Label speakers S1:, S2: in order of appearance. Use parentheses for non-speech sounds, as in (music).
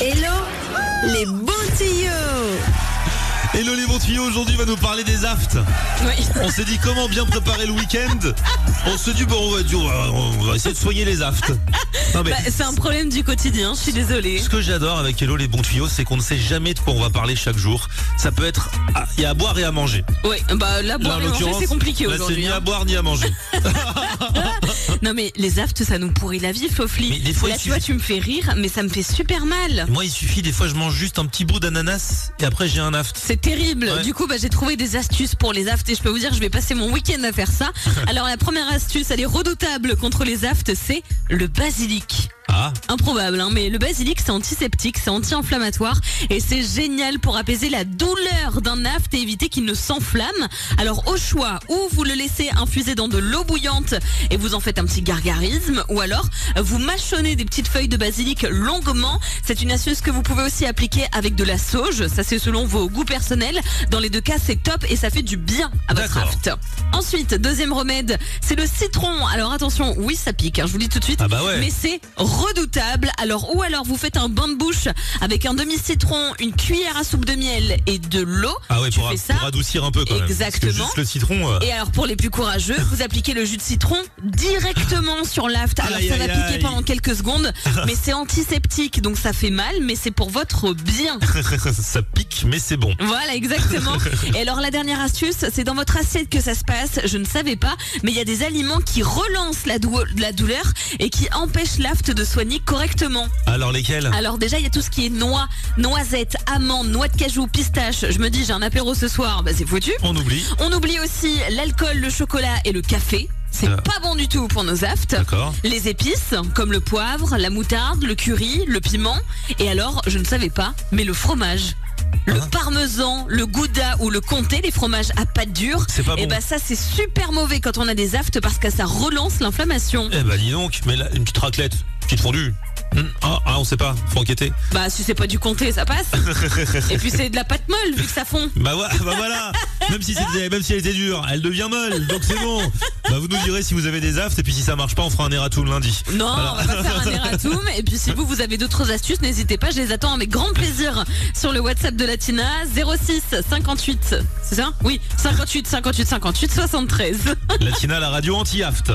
S1: Hello les bons tuyaux
S2: Hello les bons tuyaux, aujourd'hui va nous parler des aftes. On s'est dit comment bien préparer le week-end. On se dit bon on va, dire, on va- on va essayer de soigner les aftes. Non mais
S3: Bah, c'est un problème du quotidien, je suis désolée.
S2: ce que j'adore avec Hello les bons tuyaux, c'est qu'on ne sait jamais de quoi on va parler chaque jour. Ça peut être ah, il y a à boire et à manger.
S3: Ouais, bah là, boire et manger, c'est compliqué
S2: là bah, c'est
S3: aujourd'hui.
S2: ni
S3: hein.
S2: à boire ni
S3: (laughs)
S2: à manger.
S3: Non mais les aftes, ça nous pourrit la vie, Flofli.
S2: Mais des fois,
S3: là,
S2: il
S3: tu vois,
S2: suffit-
S3: tu me fais rire, mais ça me fait super mal.
S2: Moi il suffit des fois je mange juste un petit bout d'ananas et après j'ai un aft.
S3: C'est terrible.
S2: Ouais.
S3: Du coup, bah, j'ai trouvé des astuces pour les aftes et je peux vous dire, je vais passer mon week-end à faire
S2: (laughs)
S3: ça. Alors la première astuce, elle est redoutable contre les aftes, c'est le basilic.
S2: Ah
S3: Improbable, hein, mais le basilic c'est antiseptique, c'est anti-inflammatoire et c'est génial pour apaiser la douleur d'un aft et éviter qu'il ne s'enflamme. Alors au choix, ou vous le laissez infuser dans de l'eau bouillante et vous en faites un petit gargarisme, ou alors euh, vous mâchonnez des petites feuilles de basilic longuement. C'est une astuce que vous pouvez aussi appliquer avec de la sauge, ça c'est selon vos goûts personnels. Dans les deux cas c'est top et ça fait du bien à votre
S2: D'accord.
S3: aft. Ensuite, deuxième remède, c'est le citron. Alors attention, oui ça pique, hein, je vous le dis tout de suite.
S2: Ah bah ouais.
S3: Mais c'est redoutable. Alors ou alors vous faites un bain de bouche avec un demi citron, une cuillère à soupe de miel et de l'eau.
S2: ah ouais
S3: tu
S2: pour,
S3: fais ça.
S2: pour adoucir un peu quand même. Parce que
S3: Exactement.
S2: juste le citron. euh, (laughs)
S3: Et alors pour les plus courageux, vous appliquez le jus de citron directement sur l'aft. Alors
S2: Aïe,
S3: ça
S2: aïe,
S3: va piquer
S2: aïe.
S3: pendant quelques secondes,
S2: (laughs)
S3: mais c'est antiseptique donc ça fait mal, mais c'est pour votre bien.
S2: ça pique mais c'est bon.
S3: Voilà,
S2: (laughs)
S3: exactement. Et alors la dernière astuce, c'est dans votre assiette que ça se passe. Je ne savais pas, mais il y a des aliments qui relancent la, dou- la douleur et qui empêchent l'aft de soigner correctement.
S2: Alors lesquels
S3: Alors déjà, il y a tout ce qui est noix, noisettes, amandes, noix de cajou, pistache. Je me dis, j'ai un apéro ce soir, bah c'est foutu.
S2: On oublie.
S3: On oublie aussi l'alcool, le chocolat et le café. C'est
S2: Ah.
S3: pas bon du tout pour nos aftes.
S2: D'accord.
S3: Les épices, comme le poivre, la moutarde, le curry, le piment. Et alors, je ne savais pas, mais le fromage. Le
S2: Ah.
S3: parmesan, le gouda ou le comté, les fromages à pâte dure.
S2: C'est pas
S3: Et
S2: Ah bon.
S3: bah ça, c'est super mauvais quand on a des aftes parce que ça relance l'inflammation.
S2: Eh bah dis donc, mais là, une petite raclette, petite fondue. Hmm, Ah, ah, on sait pas, faut enquêter.
S3: Bah si c'est pas du comté, ça passe. et puis c'est de la pâte molle vu que ça fond.
S2: Bah, ouais, bah voilà, même si, c'était- même si elle était dure, elle devient molle, donc c'est bon. Bah vous nous direz si vous avez des aftes, et puis si ça marche pas, on fera un erratum lundi.
S3: Non, on va pas faire un erratum. Et puis si vous, vous avez d'autres astuces, n'hésitez pas, je les attends avec grand plaisir sur le WhatsApp de Latina 06 58, c'est ça Oui, 58 58 58 73.
S2: Latina, la radio anti-aft.